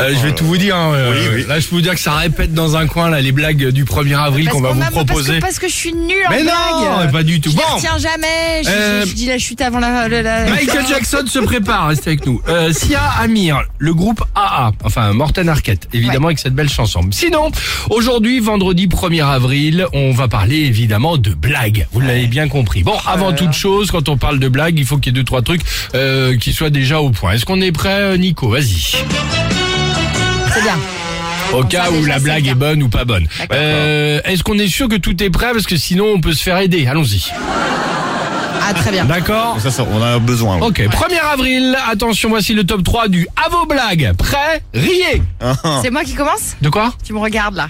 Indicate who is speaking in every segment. Speaker 1: Euh, je vais tout vous dire. hein, euh,
Speaker 2: Oui, oui.
Speaker 1: Là, je peux vous dire que ça répète dans un coin là les blagues du 1er avril
Speaker 3: Parce
Speaker 1: qu'on va
Speaker 3: qu'on
Speaker 1: vous
Speaker 3: m'a- parce que-
Speaker 1: proposer.
Speaker 3: Parce que je suis nulle en
Speaker 1: Mais non,
Speaker 3: blague.
Speaker 1: pas du tout.
Speaker 3: Je les
Speaker 1: Bon.
Speaker 3: retiens jamais. Je,
Speaker 1: Euh,
Speaker 3: je dis la chute avant la. la- la-
Speaker 1: Michael Jackson se prépare, restez avec nous. Euh, Sia Amir, le groupe AA, enfin Morten Arquette, évidemment avec cette belle chanson. Sinon, aujourd'hui, vendredi 1er avril, on va parler évidemment de blagues. Vous l'avez bien compris. Bon,
Speaker 3: Euh.
Speaker 1: avant toute chose, quand on parle de blagues, il faut qu'il y ait deux trois trucs euh, qui soient déjà au point. Est-ce qu'on est prêt, euh, Nico Vas-y.
Speaker 3: C'est bien.
Speaker 1: Au cas
Speaker 3: ça,
Speaker 1: où
Speaker 3: déjà,
Speaker 1: la
Speaker 3: c'est
Speaker 1: blague
Speaker 3: bien.
Speaker 1: est bonne ou pas bonne.
Speaker 3: D'accord.
Speaker 1: Euh, Est-ce qu'on est sûr que tout est prêt Parce que sinon, on peut se faire aider. Allons-y.
Speaker 3: Ah, très bien.
Speaker 1: D'accord
Speaker 2: Ça, ça, on en a besoin. oui.
Speaker 1: Ok, 1er avril, attention, voici le top 3 du À vos blagues. Prêt Riez
Speaker 3: C'est moi qui commence
Speaker 1: De quoi
Speaker 3: Tu me regardes là.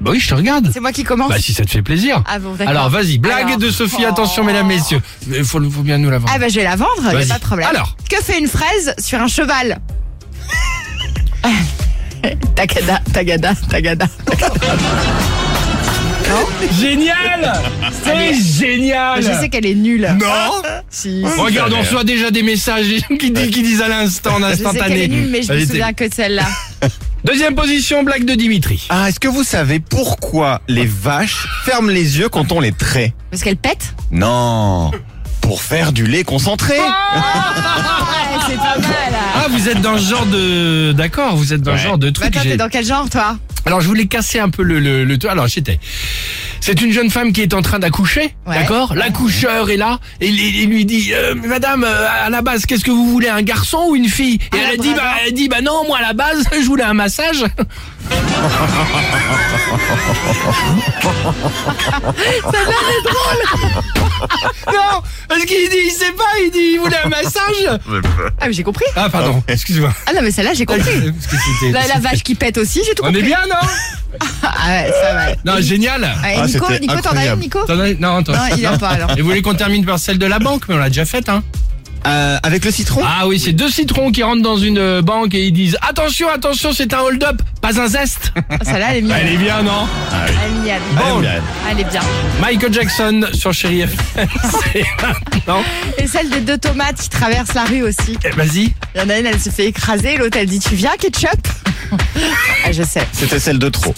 Speaker 1: Bah oui, je te regarde.
Speaker 3: C'est moi qui commence
Speaker 1: Bah si ça te fait plaisir.
Speaker 3: Ah bon, d'accord.
Speaker 1: Alors vas-y, blague
Speaker 3: Alors.
Speaker 1: de Sophie,
Speaker 3: Oh.
Speaker 1: attention mesdames, messieurs. Il faut, faut bien nous la vendre.
Speaker 3: Ah, bah, je vais la vendre, y
Speaker 1: Vas-y.
Speaker 3: a pas de problème.
Speaker 1: Alors.
Speaker 3: Que fait une fraise sur un cheval Tagada, tagada, tagada.
Speaker 1: Génial C'est génial
Speaker 3: Je sais qu'elle est nulle.
Speaker 1: Non
Speaker 3: Si.
Speaker 1: Regarde, on reçoit déjà des messages des gens qui disent, qui disent à l'instant, en
Speaker 3: Je sais qu'elle
Speaker 1: instantané.
Speaker 3: est nulle, mais je me
Speaker 1: Vas-y,
Speaker 3: souviens que de celle-là.
Speaker 1: t'es- Deuxième position, blague de Dimitri.
Speaker 2: Ah, est-ce que vous savez pourquoi les vaches ferment les yeux quand on les traite
Speaker 3: Parce qu'elle pète
Speaker 2: Non Pour faire du lait concentré
Speaker 3: Ouais, c'est pas mal.
Speaker 1: Ah, vous êtes dans ce genre de... D'accord, vous êtes dans ce
Speaker 2: Ouais.
Speaker 1: genre de
Speaker 3: Bah,
Speaker 1: truc.
Speaker 3: toi,
Speaker 1: j'ai-
Speaker 3: t'es dans quel genre, toi
Speaker 1: Alors je voulais casser un peu le le, le- Alors j'étais. C'est une jeune femme qui est en train d'accoucher,
Speaker 3: Ouais.
Speaker 1: d'accord L'accoucheur est là et il, il lui dit Euh, Madame, euh, à la base, qu'est-ce que vous voulez, un garçon ou une fille Et
Speaker 3: Ah,
Speaker 1: elle a
Speaker 3: la
Speaker 1: dit bah,
Speaker 3: brava.
Speaker 1: elle a dit bah non, moi à la base, je voulais un massage. Ça drôle. non, parce qu'il dit il sait pas, il dit il voulait un massage.
Speaker 3: Ah, mais j'ai compris.
Speaker 1: Ah pardon, excuse-moi.
Speaker 3: Ah non, mais celle-là, j'ai
Speaker 1: Parce
Speaker 3: compris.
Speaker 1: que c'était-
Speaker 3: La, la vache qui pète aussi, j'ai tout
Speaker 1: On
Speaker 3: compris.
Speaker 1: est bien, non
Speaker 3: Ah ouais, c'est pas mal.
Speaker 1: Non, génial.
Speaker 3: Ouais,
Speaker 2: Ah,
Speaker 3: Nico,
Speaker 2: c'était
Speaker 3: Nico, t'en as une,
Speaker 2: incroyable.
Speaker 3: Nico
Speaker 1: T'en as- Non, attends.
Speaker 3: Non, il a pas alors.
Speaker 1: Et vous voulez qu'on termine par celle de la banque, mais on l'a déjà faite, hein
Speaker 2: Euh, Avec le citron
Speaker 1: Ah oui, c'est deux citrons qui rentrent dans une euh, banque et ils disent Attention, attention, c'est un hold-up, pas un zeste.
Speaker 3: Ah, Celle-là, elle est mignonne.
Speaker 1: Bah, est bien, non
Speaker 3: Elle est mignonne.
Speaker 2: Ah,
Speaker 1: Bon.
Speaker 3: Elle est bien.
Speaker 1: Michael Jackson sur Chéri FM. C'est maintenant.
Speaker 3: Et celle des deux tomates qui traversent la rue aussi.
Speaker 1: Eh, Vas-y.
Speaker 3: Il y en a une, elle se fait écraser, l'autre, elle dit Tu viens, ketchup ah, Je sais.
Speaker 2: C'était celle de trop.